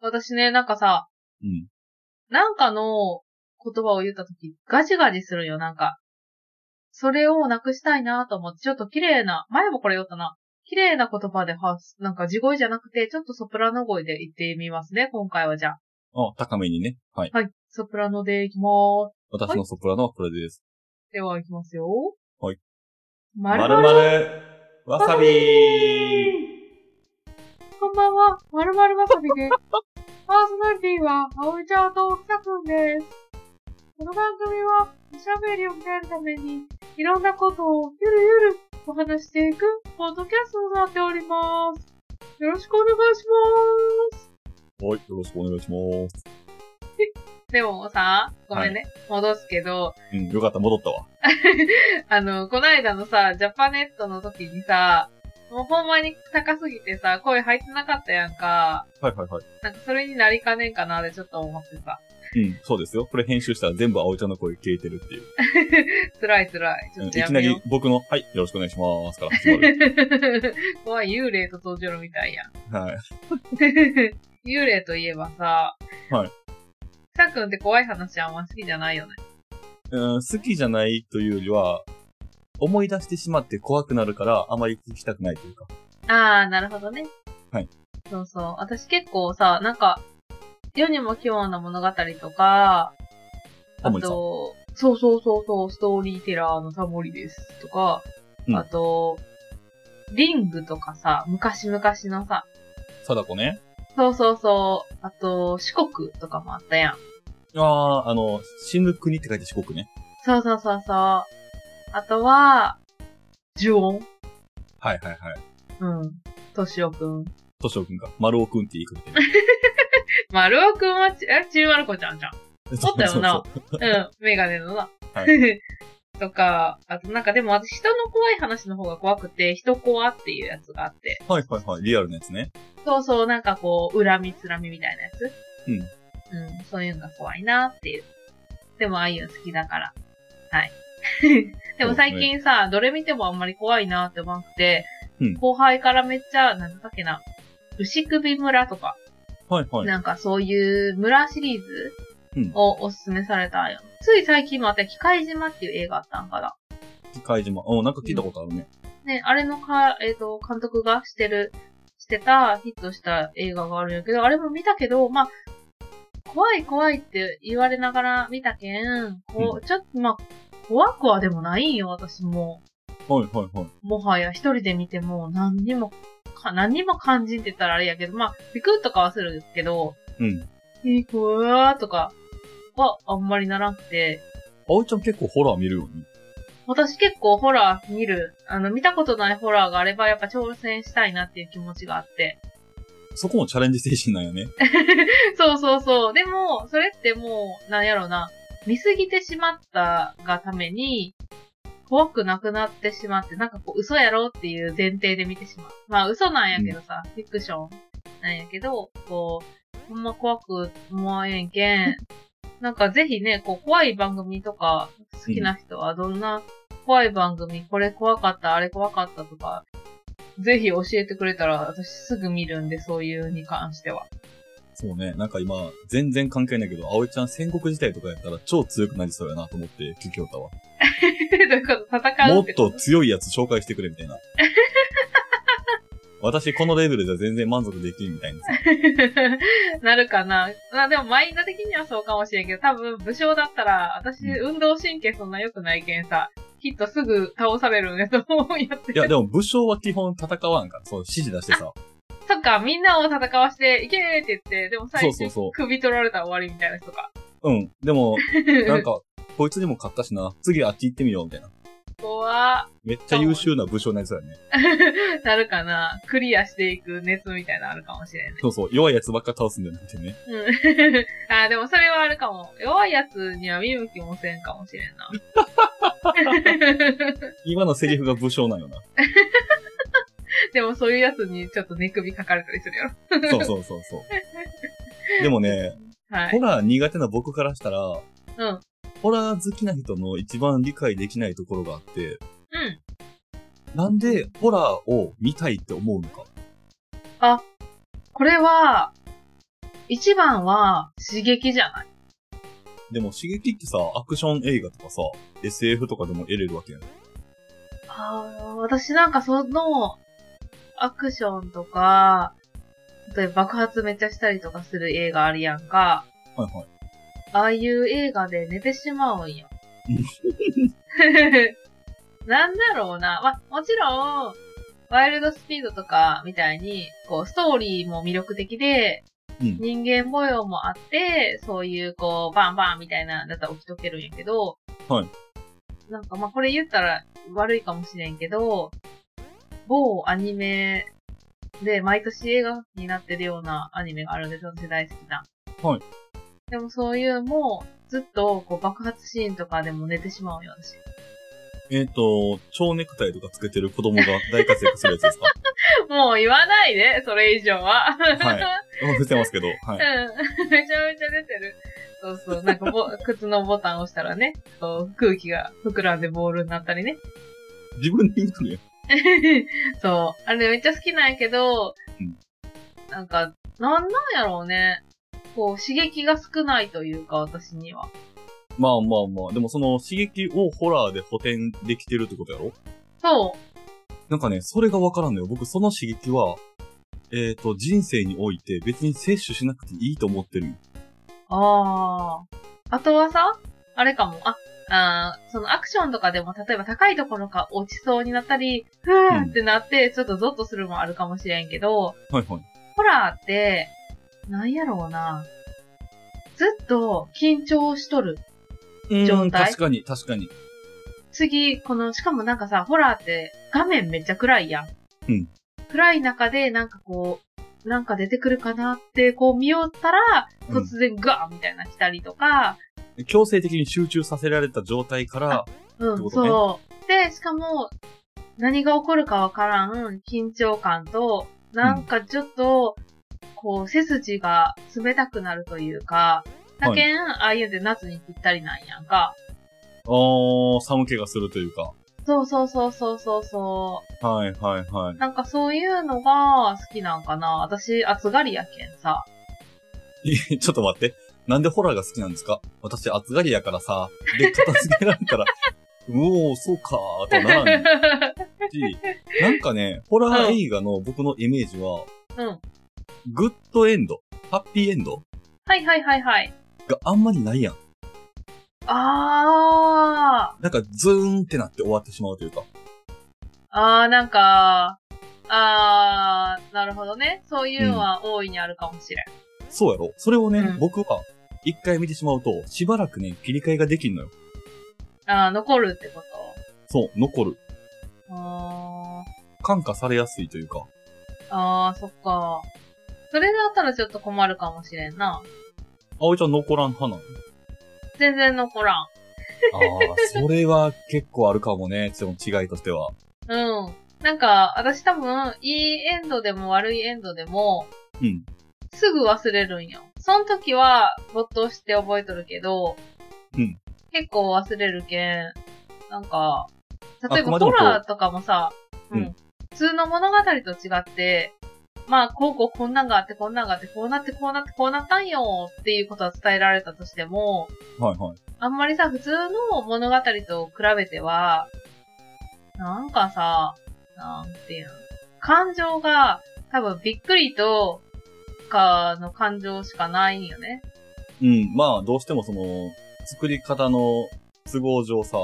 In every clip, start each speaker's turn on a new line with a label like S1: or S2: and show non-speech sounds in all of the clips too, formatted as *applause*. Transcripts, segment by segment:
S1: 私ね、なんかさ、
S2: うん。
S1: なんかの言葉を言ったとき、ガジガジするよ、なんか。それをなくしたいなと思って、ちょっと綺麗な、前もこれ言ったな。綺麗な言葉で発す、なんか地声じゃなくて、ちょっとソプラノ声で言ってみますね、今回はじゃあ。
S2: あ、高めにね。はい。
S1: はい、ソプラノでいきまーす。
S2: 私のソプラノはこれです。
S1: では、いきますよ。
S2: はい。
S1: まるまる。
S2: るわさび
S1: こんばんは、まるまるわさびです。パーソナリティは、あおいちゃんときたくんです。この番組は、おしゃべりを鍛えるために、いろんなことをゆるゆるお話していく、ポッドキャストとなっております。よろしくお願いします。
S2: はい、よろしくお願いします。
S1: でもさ、ごめんね、戻すけど、
S2: うん、よかった、戻ったわ。
S1: あの、こないだのさ、ジャパネットの時にさ、もうほんまに高すぎてさ、声入ってなかったやんか。
S2: はいはいはい。
S1: なんかそれになりかねんかなってちょっと思ってさ。
S2: うん、そうですよ。これ編集したら全部葵ちゃんの声消えてるっていう。
S1: 辛い辛い。ち
S2: う
S1: ょ
S2: ん、
S1: っ
S2: い
S1: とや
S2: き
S1: め
S2: な
S1: よ
S2: り僕の、はい、よろしくお願いしますから始ま
S1: *laughs*
S2: る。
S1: う。怖い、幽霊と登場みたいやん。 *laughs*
S2: はい。
S1: 幽霊といえばさ、
S2: はい。
S1: さくんって怖い話あんま好きじゃないよね。
S2: うん、好きじゃないというよりは、思い出してしまって怖くなるから、あまり聞きたくないというか。
S1: あー、なるほどね。
S2: はい。
S1: そうそう。私結構さ、なんか、世にも奇妙な物語とか、
S2: タ
S1: あ
S2: モリさん
S1: と、そうそうそうそう、ストーリーテラーのタモリですとか、
S2: うん
S1: あと、リングとかさ、昔々のさ、
S2: 貞子ね。
S1: そうそうそう。あと、四国とかもあったやん。
S2: あー、あの、死ぬ国って書いて四国ね。
S1: そうそうそうそう。あとは、呪音
S2: はいはいはい。
S1: うん。としおく *laughs* ん。
S2: としおくんか。丸尾くんって言いかけて
S1: 丸尾くんはち、え、ちびまる子ちゃんじゃん。
S2: る。
S1: そうだよな
S2: そうそうそう
S1: うん。メガネのな。
S2: は
S1: *laughs* とか、あとなんかでも私人の怖い話の方が怖くて、人怖っていうやつがあって。
S2: はいはいはい。リアルなやつね。
S1: そうそう、なんかこう、恨みつらみみたいなやつ。。
S2: うん
S1: うん。そういうのが怖いなっていう。でもああいうの好きだから。はい。 *laughs* でも最近さ、どれ見てもあんまり怖いなって思わなくて、
S2: うん
S1: 後輩からめっちゃ、なんだっけな、牛首村とか、
S2: はいはい。
S1: なんかそういう村シリーズ
S2: うん
S1: をおすすめされたんよ。つい最近もあった、機械島っていう映画あったんかな。
S2: 海島。うん、なんか聞いたことあるね。
S1: ね、あれのか、えっ、と、監督がしてる、してたヒットした映画があるんやけど、あれも見たけど、まあ、怖い怖いって言われながら見たけん、こう、ちょっとまあ、怖くはでもないんよ、私も。
S2: はいはいはい。
S1: もはや一人で見ても何にも、か何にも感じんって言ったらあれやけど、まあ、ビクッとかはするけど、
S2: うん。
S1: えー、怖ーとかはあんまりならなくて、
S2: 葵ちゃん結構ホラー見るよね。
S1: 私結構ホラー見る、あの、見たことないホラーがあればやっぱ挑戦したいなっていう気持ちがあって。
S2: そこもチャレンジ精神なんよね。
S1: *laughs* そうそうそう。でも、それってもう、なんやろな、見すぎてしまったがために、怖くなくなってしまって、なんかこう、嘘やろっていう前提で見てしまう。まあ、嘘なんやけどさ、フィクションなんやけど、こう、ほんま怖く思わへんけん、 *laughs* なんかぜひね、こう、怖い番組とか、好きな人はどんな怖い番組、これ怖かった、あれ怖かったとか、ぜひ教えてくれたら、私すぐ見るんで、そういうに関しては。
S2: そうね。なんか今、全然関係ないけど、葵ちゃん戦国時代とかやったら超強くなりそうやなと思って聞きよったわ。 *laughs*
S1: どういうこと戦
S2: も
S1: う
S2: っ
S1: ってこと
S2: と強いやつ紹介してくれみたいな。私このレベルじゃ全然満足できんみたいなさ。
S1: *laughs* なるかな。まあでも、マインド的にはそうかもしれんけど、多分、武将だったら、私、
S2: う
S1: 運動神経そんな良くないけんさ、きっとすぐ倒されるんやと思うんやって。
S2: いや、でも武将は基本戦わんから、そう、指示出してさ。
S1: そっか、みんなを戦わして、いけーって言って、でも最
S2: そう
S1: 初
S2: そうそう、
S1: 首取られたら終わりみたいな人か。
S2: うん。でも、なんか、こいつにも勝ったしな、次あっち行ってみようみたいな。
S1: *laughs* 怖
S2: めっちゃ優秀な武将になりそうやね。
S1: ー *laughs* なるかな。クリアしていく熱みたいなのあるかもしれんね。
S2: そうそう、弱いやつばっか倒すんじゃなくてね。
S1: うん。 *laughs* あー、でもそれはあるかも。弱いやつには見向きもせんかもしれん
S2: *laughs*
S1: な。
S2: 今のセリフが武将なん
S1: *laughs*
S2: よな。
S1: でもそういうやつにちょっと寝首かかれたりするやろ。
S2: そうそうそうそう。でもね、
S1: はい
S2: ホ。ラー苦手な僕からしたら、
S1: うん。
S2: ホラー好きな人の一番理解できないところがあって、
S1: うん。
S2: なんでホラーを見たいって思うのか。
S1: これは、一番は刺激じゃない
S2: でも刺激ってさ、アクション映画とかさ、SF とかでも得れるわけやん。
S1: あー私なんかその、アクションとか、例えば爆発めっちゃしたりとかする映画あるやんか、
S2: はいはい。
S1: ああいう映画で寝てしまうんよ
S2: う。
S1: *laughs* なんだろうな。まあ、もちろん、ワイルドスピードとかみたいに、こう、ストーリーも魅力的で、
S2: うん。
S1: 人間模様もあって、そういうこう、バンバンみたいな、だったら起きとけるんやけど、
S2: はい。
S1: なんかまあこれ言ったら悪いかもしれんけど、某アニメで毎年映画になってるようなアニメがあるんですよ、私大好きな。
S2: はい。
S1: でもそういうもう、ずっとこう爆発シーンとかでも寝てしまうよ、私。
S2: えっ、と、蝶ネクタイとかつけてる子供が大活躍するやつですか *laughs*
S1: *laughs* もう言わないで、それ以上 *laughs* は。
S2: はいうん伏せますけど、はい。
S1: うん。めちゃめちゃ出てる。そうそう。なんかぼ、 *laughs* 靴のボタンを押したらね、こう空気が膨らんでボールになったりね。 *laughs*
S2: 自分で言うとね、
S1: そう。あれめっちゃ好きなんやけど、
S2: うん
S1: なんか、なんなんやろうね。こう、刺激が少ないというか、私には。
S2: まあまあまあ、でもその刺激をホラーで補填できてるってことやろ
S1: そ
S2: なんかね、それがわからんのよ。僕その刺激は、えっ、と、人生において別に摂取しなくていいと思ってるよ。
S1: う。ああ。あとはさ、あれかも。あ、あーそのアクションとかでも、例えば高いところから落ちそうになったり、ふーってなって、ちょっとゾッとするもあるかもしれんけど、
S2: はいはい。
S1: ホラーって、なんやろうな。ずっと緊張しとる。
S2: うー
S1: 状
S2: ん、
S1: 態
S2: 確かに、確かに。
S1: 次、この、しかもなんかさ、ホラーって画面めっちゃ暗いやん。
S2: うん
S1: 暗い中で、なんかこう、なんか出てくるかなって、こう見よったら、
S2: うん
S1: 突然ガーンみたいな来たりとか、
S2: 強制的に集中させられた状態から、
S1: うん、
S2: ってことね
S1: そう。で、しかも、何が起こるかわからん緊張感と、なんかちょっと、こう、背筋が冷たくなるというか、だけん、ああいうので夏にぴったりなんやんか。
S2: あー、寒気がするというか。
S1: そうそうそうそうそうそう。
S2: はいはいはい。
S1: なんかそういうのが好きなんかな。私、暑がりやけんさ。
S2: え *laughs* ちょっと待って。なんでホラーが好きなんですか私、暑がりやからさ、で、片付けられた *laughs* ら、うおー、そうかー、とならんし、なんかね、ホラー映画の僕のイメージは、
S1: *laughs* うん。
S2: グッドエンド、ハッピーエンド
S1: はいはいはいはい。
S2: があんまりないやん。
S1: あー。
S2: なんか、ズーンってなって終わってしまうというか。
S1: あー、なんか、あー、なるほどね。そういうのは大いにあるかもしれん。
S2: そうやろそれをね、
S1: うん
S2: 僕は、一回見てしまうと、しばらくね、切り替えができんのよ。
S1: あー残るってこと
S2: そう、残る。
S1: あー
S2: 感化されやすいというか。
S1: あー、そっか。それだったらちょっと困るかもしれんな。
S2: 葵ちゃん残らん派なの
S1: 全然残らん。
S2: ああ、それは結構あるかもね。その違いとしては。
S1: うん。なんか、私多分、いいエンドでも悪いエンドでも、
S2: うん。
S1: すぐ忘れるんよ。その時は、没頭して覚えとるけど、
S2: うん
S1: 結構忘れるけん、なんか、例え
S2: あく
S1: ば
S2: まで
S1: ホ
S2: もこう
S1: ラーとかもさ、うん、
S2: うん
S1: 普通の物語と違って、まあ、こうこうこんなんがあって、こんなんがあって、こうなって、こうなって、こうなったんよっていうことは伝えられたとしても、
S2: はいはい。
S1: あんまりさ、普通の物語と比べては、なんかさ、なんていうの、感情が、多分びっくりとかの感情しかないんよね。
S2: うん。まあ、どうしてもその、作り方の都合上さ、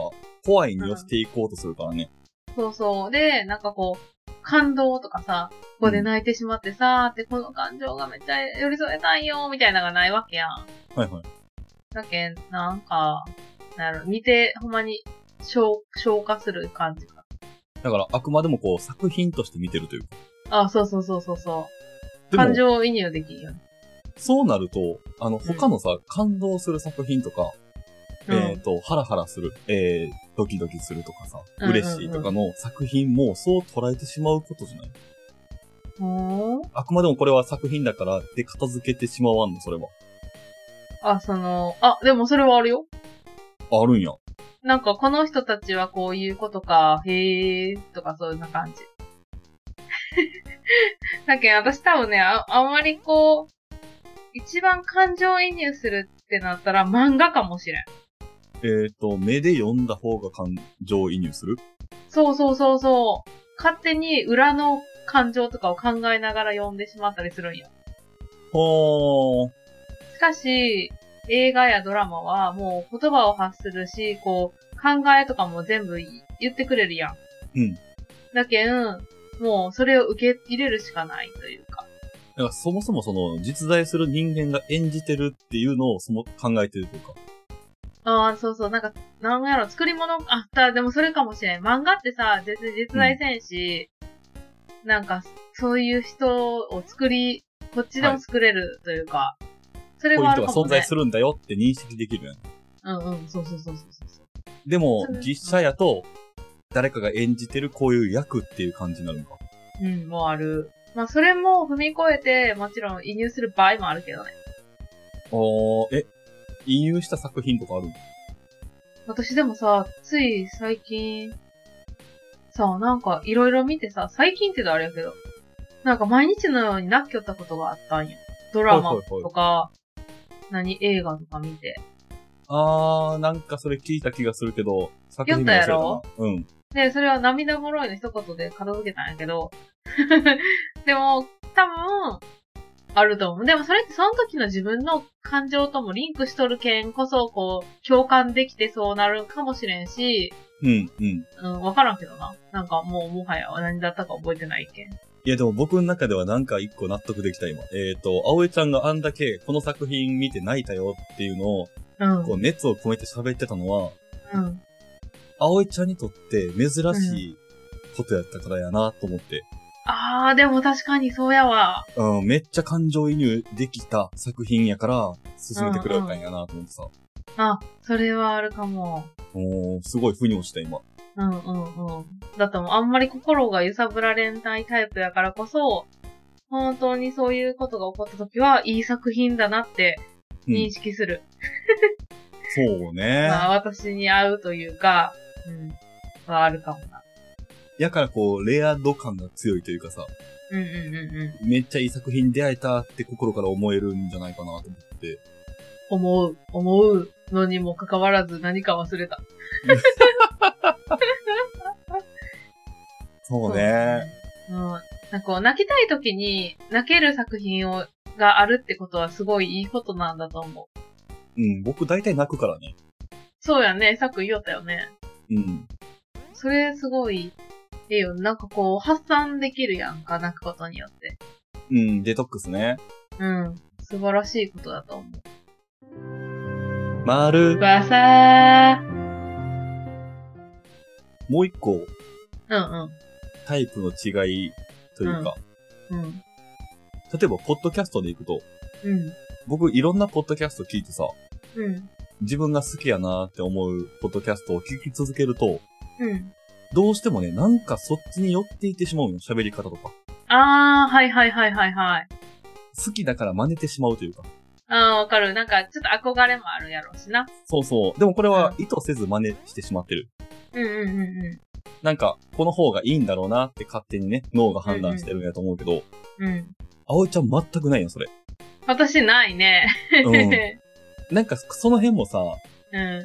S2: 怖いに寄せていこうとするからね。
S1: そうそう。で、なんかこう、感動とかさ、ここで泣いてしまってさ、ってこの感情がめっちゃ寄り添えたんよ、みたいなのがないわけやん。
S2: はいはい。
S1: だけん、なんか、なんやろ、見て、ほんまに消、消化する感じか。
S2: だから、あくまでもこう、作品として見てるというか。
S1: あ、そうそうそうそうそ
S2: で
S1: う。
S2: も
S1: 感情を移入できるよね。
S2: そうなると、あの、他のさ、感動する作品とか、
S1: うん
S2: えっ、と、ハラハラする、えー、ドキドキするとかさ、
S1: うんうんうん
S2: 嬉しいとかの作品もそう捉えてしまうことじゃない
S1: ほー
S2: あくまでもこれは作品だからで片付けてしまわんの、それは。
S1: あ、その、あ、でもそれはあるよ。
S2: あるんや。
S1: なんか、この人たちはこういうことか、へーとかそういうな感じ。 *laughs* だけど、私多分ねあ、あんまりこう、一番感情移入するってなったら漫画かもしれん。
S2: えっ、と、目で読んだ方が感情移入する
S1: そうそうそうそう。勝手に裏の感情とかを考えながら読んでしまったりするんよ。
S2: ほー。
S1: しかし、映画やドラマはもう言葉を発するし、こう、考えとかも全部言ってくれるやん。
S2: うん。
S1: だけん、もうそれを受け入れるしかないというか。
S2: だからそもそもその実在する人間が演じてるっていうのをその考えてるというか。
S1: ああ、そうそう、なんか、なんやろ、作り物、あった、でもそれかもしれん。漫画ってさ、全然実在せんし、なんか、そういう人を作り、こっちでも作れるというか、それ
S2: こう
S1: はあ
S2: いう人
S1: る
S2: が
S1: かも
S2: 存
S1: ね
S2: 在。するんだよって認識できるよね。
S1: うんうん、そうそうそうそうそう。
S2: でも
S1: そう、です
S2: 実写やと、誰かが演じてるこういう役っていう感じになるのか。
S1: うん、もうある。まあ、それも踏み越えて、もちろん移入する場合もあるけどね。
S2: あー、え、移入した作品とかある
S1: 私でもさ、つい最近、さ、なんかいろいろ見てさ、最近って言うとあれやけど、なんか毎日のようになっきょったことがあったんよ。ドラマとか、何、映画とか見て。
S2: あー、なんかそれ聞いた気がするけど、作品名忘れた
S1: 言
S2: な。うん。
S1: で、それは涙もろいの一言で片付けたんやけど、 *laughs* でも、多分、あると思う。でもそれってその時の自分の感情ともリンクしとるけんこそ、こう、共感できてそうなるかもしれんし、
S2: うん、うん。
S1: うん、わからんけどな。なんかもう、もはや何だったか覚えてないけん。
S2: いや、でも僕の中ではなんか一個納得できた、今。えっ、と、葵ちゃんがあんだけこの作品見て泣いたよっていうのを、
S1: うん。
S2: こう熱を込めて喋ってたのは、
S1: うん。
S2: 葵ちゃんにとって珍しいことやったからやなと思って、
S1: あー、でも確かにそうやわ。
S2: うん、めっちゃ感情移入できた作品やから、進めてくれたんやなと思ってさ、
S1: あ、それはあるかも。
S2: おーすごい腑に落ちた、今。
S1: うんうんうん。だともうあんまり心が揺さぶられないタイプやからこそ、本当にそういうことが起こった時は、いい作品だなって
S2: うん
S1: 認識する。
S2: そうね。
S1: まあ、私に合うというか、うん、はあるかもな。
S2: やからこう、レア度感が強いというかさ、
S1: うんうんうんうん。
S2: めっちゃいい作品に出会えたって心から思えるんじゃないかなと思って。
S1: 思う、思うのにもかかわらず何か忘れた。
S2: そうね。。
S1: うん。なんかこう、泣きたい時に泣ける作品を、があるってことはすごいいいことなんだと思う。
S2: うん、僕大体泣くからね。
S1: そうやね、さっき言おったよね。
S2: うん。
S1: それすごい、ええよ。なんかこう、発散できるやんか、泣くことによって。
S2: うん、デトックスね。
S1: うん。素晴らしいことだと思う。
S2: まる、
S1: バサー
S2: もう一個、
S1: うん
S2: タイプの違いというか、
S1: うん。うん。
S2: 例えば、ポッドキャストで行くと、
S1: うん。
S2: 僕いろんなポッドキャスト聞いてさ、
S1: うん。
S2: 自分が好きやなーって思うポッドキャストを聞き続けると、
S1: うん。
S2: どうしてもね、なんかそっちに寄っていってしまうの、喋り方とか。
S1: あー、はいはいはいはいはい。
S2: 好きだから真似てしまうというか。
S1: あー、わかる。なんか、ちょっと憧れもあるやろうしな。
S2: そうそう。でもこれは意図せず真似してしまってる。
S1: うんうんうんう
S2: なんか、この方がいいんだろうなって勝手にね、脳が判断してるんやと思うけど、
S1: ん。うん。
S2: 葵ちゃん全くないよ、それ。
S1: 私ないね。*laughs*
S2: う
S1: うん
S2: ん。なんか、その辺もさ、
S1: うん。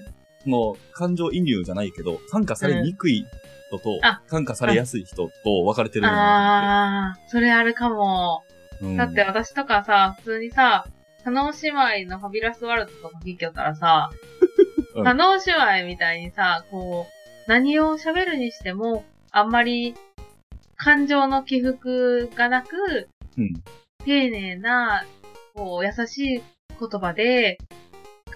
S2: もう、感情移入じゃないけど、感化されにくい人と、
S1: あ
S2: 感化されやすい人と分かれてるんだ
S1: あー、それあるかも。
S2: と思
S1: だって私とかさ、普通にさ、佐野姉妹のファビュラスワールドとか聞きよったらさ、
S2: *laughs* うん
S1: 佐野姉妹みたいにさ、こう、何を喋るにしても、あんまり感情の起伏がなく、
S2: うん。うん。
S1: 丁寧な、こう、優しい言葉で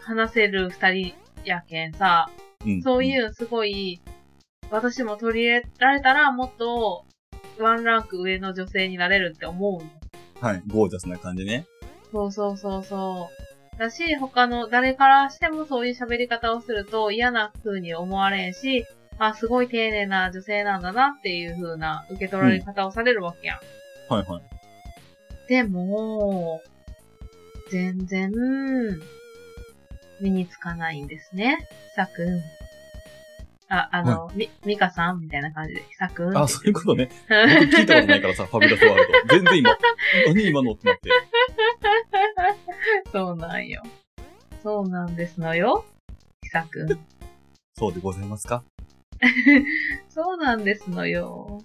S1: 話せる二人やけんさ、
S2: うん
S1: そういうすごい、私も取り入れられたらもっと、ワンランク上の女性になれるって思うんよ
S2: はい、ゴージャスな感じね。
S1: そうそうそうそう。だし、他の誰からしてもそういう喋り方をすると嫌な風に思われんし、あ、すごい丁寧な女性なんだなっていう風な受け取られ方をされるわけやん。
S2: はいはい。
S1: でも、全然、身につかないんですね。ひさくん。あ、あの、み、みかさんみたいな感じで、ひさくん。
S2: あ、そういうことね。
S1: う
S2: 僕
S1: ん *laughs*
S2: 聞いたことないからさ、ファビュラスワールド。全然今、何今のってなって。
S1: *laughs* そうなんよ。そうなんですのよ。ひさくん。
S2: そうでございますか
S1: そうなんですのよ。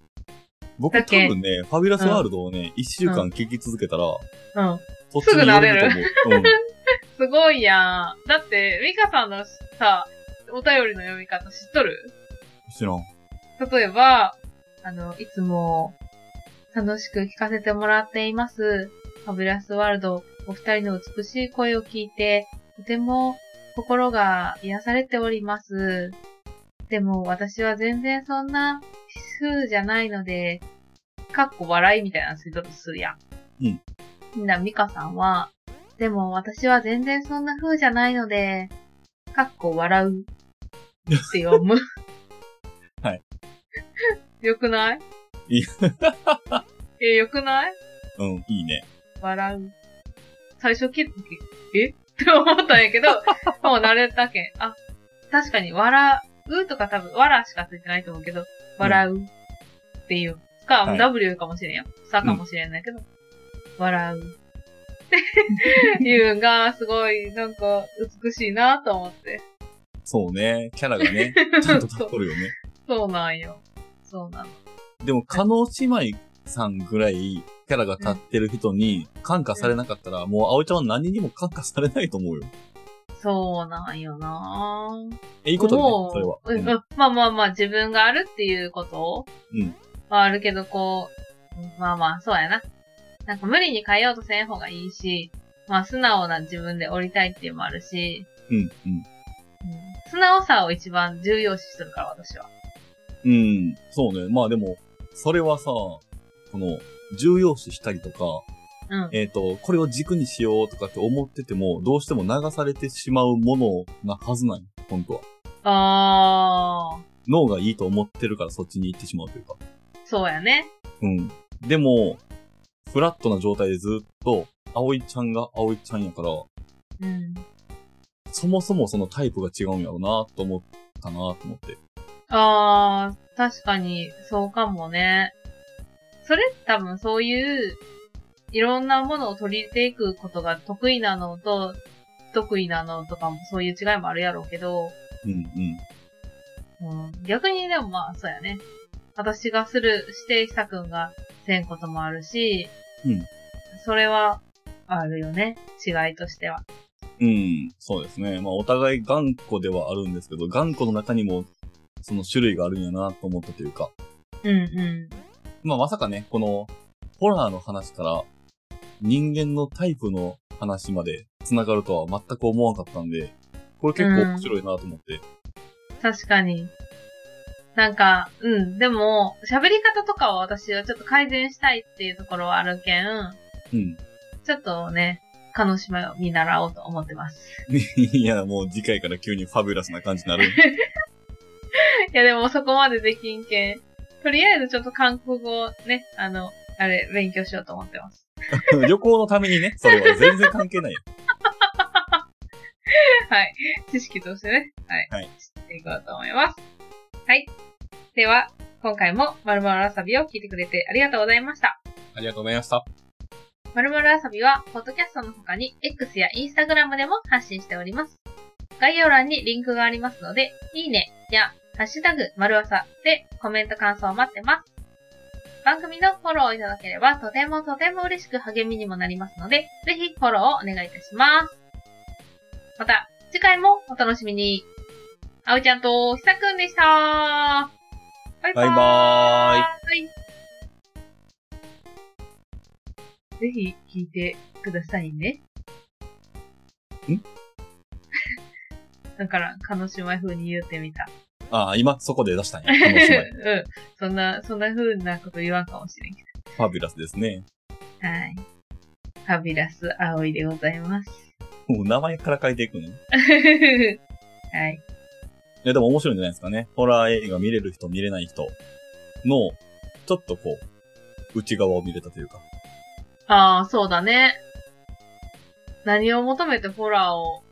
S2: 僕
S1: だ
S2: 多
S1: っけ
S2: 分ね、ファビュラスワールドをね、一、週間聞き続けたら、
S1: うん。
S2: そっちに寄れると
S1: *laughs*
S2: 思う。
S1: すごいやん。だって、ミカさんのさ、お便りの読み方知っとる
S2: うん。知らん。
S1: 例えば、あの、いつも楽しく聞かせてもらっています。ファビュラスワールド、お二人の美しい声を聞いて、とても心が癒されております。でも私は全然そんな風じゃないので、かっこ笑いみたいなのするとするやん。
S2: うん。
S1: みんな、ミカさんは、でも私は全然そんな風じゃないので、かっこ笑うって読む。
S2: はい。
S1: よくない
S2: い
S1: え、よくない
S2: うん、いいね。
S1: 笑う。最初聞いた時、えって思ったんやけ
S2: *laughs*
S1: ど、もう慣れたけん。あ、確かに笑うとか多分、笑しかついてないと思うけど、笑うっていうか、
S2: はい
S1: W かもしれんよ。さかもしれないけど、笑う。っていうのが、すごい、なんか、美しいなと思って。
S2: そうね。キャラが
S1: *laughs*
S2: ね、ちゃんと立っとるよね。
S1: そうなんよ。そうなの。
S2: でも、加納姉妹さんぐらい、キャラが立ってる人に感化されなかったら、もう葵ちゃんは何にも感化されないと思うよ。
S1: そうなんよなぁ。
S2: え、いいことだ
S1: もう、
S2: ねそれは。
S1: うん
S2: うん
S1: うんまあまあまあ、自分があるっていうこと
S2: うん
S1: はあるけど、こう、うんまあまあ、そうやな。なんか無理に変えようとせん方がいいし、まあ素直な自分でおりたいっていうのもあるし、
S2: うん、
S1: うん素直さを一番重要視するから、私は。
S2: うん。うん、そうね。まあでも、それはさ、この、重要視したりとか、
S1: うん。
S2: えっ、と、これを軸にしようとかって思ってても、どうしても流されてしまうものなはずなんよ本当は。
S1: あ
S2: 脳がいいと思ってるからそっちに行ってしまうというか。
S1: ー、そうやね。
S2: うん。でも、フラットな状態でずっと、葵ちゃんが葵ちゃんやから、
S1: うん。
S2: そもそもそのタイプが違うんやろうなと思ったなと思って。
S1: あー、確かに、そうかもね。それ多分そういう、いろんなものを取り入れていくことが得意なのと、不得意なのとかもそういう違いもあるやろうけど、
S2: うんうん。
S1: うん、逆にでもまあ、そうやね。私がするして久くんがせんこともあるし、
S2: うん
S1: それは、あるよね。違いとしては。
S2: うん、そうですね。まあお互い頑固ではあるんですけど、頑固の中にも、その種類があるんやなと思ったというか。
S1: うんう
S2: まあまさかね、この、ホラーの話から、人間のタイプの話まで繋がるとは全く思わなかったんで、これ結構面白いなと思って。
S1: ん。確かに。なんか、うん。でも、喋り方とかは私はちょっと改善したいっていうところはあるけん、
S2: うん。 *laughs*
S1: ちょっとね、鹿の島を見習おうと思ってます。 *laughs*
S2: いや、もう次回から急にファビュラスな感じになる。
S1: いや、でもそこまでできんけん。とりあえずちょっと韓国語をね、あの、あれ、勉強しようと思ってます。 *laughs*
S2: 旅行のためにね、それは全然関係ないよ。
S1: はい。知識としてね、はい。
S2: はい
S1: 知っていこうと思います。はい。では、今回も〇〇わさびを聞いてくれてありがとうございました。
S2: ありがとうございました。
S1: 〇〇あさびは、ポッドキャストの他に X や Instagram でも発信しております。概要欄にリンクがありますので、いいねや、ハッシュタグ、丸わさでコメント感想を待ってます。番組のフォローをいただければ、とてもとても嬉しく励みにもなりますので、ぜひフォローをお願いいたします。また、次回もお楽しみに。あおちゃんとひさくんでしたバイバーイ
S2: バイバーイ
S1: ぜひ聞いてくださいね。
S2: ん
S1: *laughs* だから、鹿児島風に言ってみた。
S2: ああ、今、そこで出したん
S1: *laughs*
S2: や。
S1: う
S2: 楽しみ。
S1: ん。そんな、そんな風なこと言わんかもしれんけ
S2: ファビュラスですね。
S1: ど。はい。ファビュラス葵でございます。 *laughs*
S2: もう名前から変えていくのね。
S1: はい。
S2: いや、でも面白いんじゃないですかね。ホラー映画見れる人、見れない人の、ちょっとこう、内側を見れたというか。
S1: ああ、そうだね。何を求めてホラーを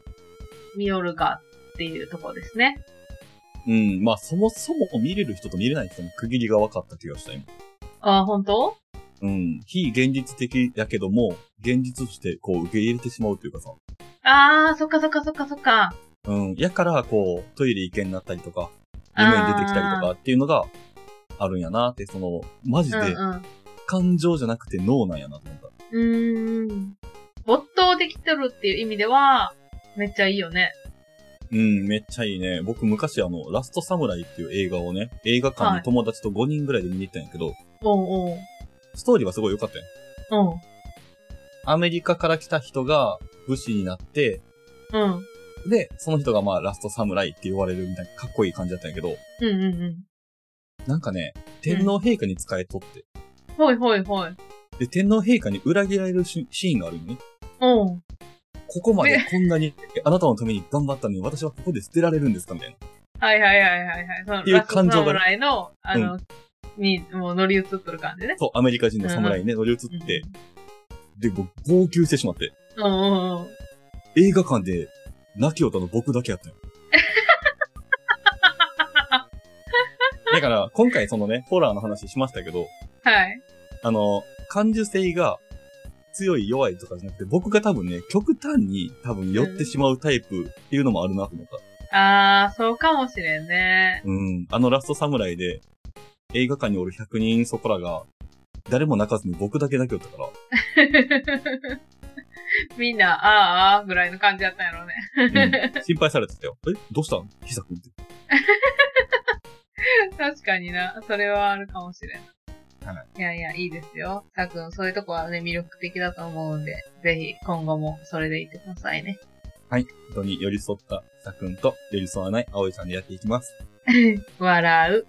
S1: 見よるかっていうところですね。
S2: うん。まあ、そもそも見れる人と見れない人の区切りが分かった気がした、今。
S1: ああ、本当
S2: うん、非現実的だけども、現実としてこう受け入れてしまうというかさ、
S1: あー、そっかそっかそっかそっか。
S2: うん、やからこう、トイレ行けになったりとか、夢に出てきたりとかっていうのがあるんやなって、その、マジ
S1: うん
S2: で
S1: うん。
S2: 感情じゃなくて脳なんやなと思った。
S1: うーん。没頭できてるっていう意味では、めっちゃいいよね。
S2: うん、めっちゃいいね。僕昔あの、ラストサムライっていう映画をね、映画館に友達と5人ぐらいで見に行ったんやけど、
S1: おうおう。
S2: ストーリーはすごい良かったよ。
S1: うん。
S2: アメリカから来た人が武士になって、
S1: うん。
S2: で、その人がまあラストサムライって言われるみたいなかっこいい感じだったんやけど、
S1: うんうんうん。
S2: なんかね、天皇陛下に仕えとって、
S1: ほいほいほい。
S2: で、天皇陛下に裏切られるシシーンがあるよね。
S1: うん。
S2: ここまでこんなに、あなたのために頑張ったのに私はここで捨てられるんですかみたいな。
S1: はいはいはいはいはい。その
S2: っていう
S1: ラスト
S2: 感情がね
S1: 侍の、あの、に、もう乗り移っとる感じね。
S2: そう、アメリカ人の侍にね、乗り移って、で、僕、号泣してしまって、
S1: うんうんうん。
S2: 映画館で泣きおったの僕だけやったよ。だから、今回そのね、ホラーの話しましたけど、
S1: はい。
S2: あの、感受性が強い弱いとかじゃなくて、僕が多分ね、極端に多分寄ってしまうタイプっていうのもあるなと思った。
S1: あー、そうかもしれんね。 *laughs*
S2: うん。あのラストサムライで、映画館におる100人そこらが、誰も泣かずに僕だけ泣きよったから、
S1: みんな、あーあーぐらいの感じだったんやろうね。
S2: うん、心配されてたよ。えどうしたんひさくんって。
S1: 確かにな。それはあるかもしれん。、
S2: はい
S1: いやいや、いいですよ。たくん、そういうとこはね、魅力的だと思うんで、ぜひ、今後もそれでいてくださいね。
S2: 人に寄り添ったひさくんと、寄り添わない葵ちゃんでやっていきます。
S1: 笑う。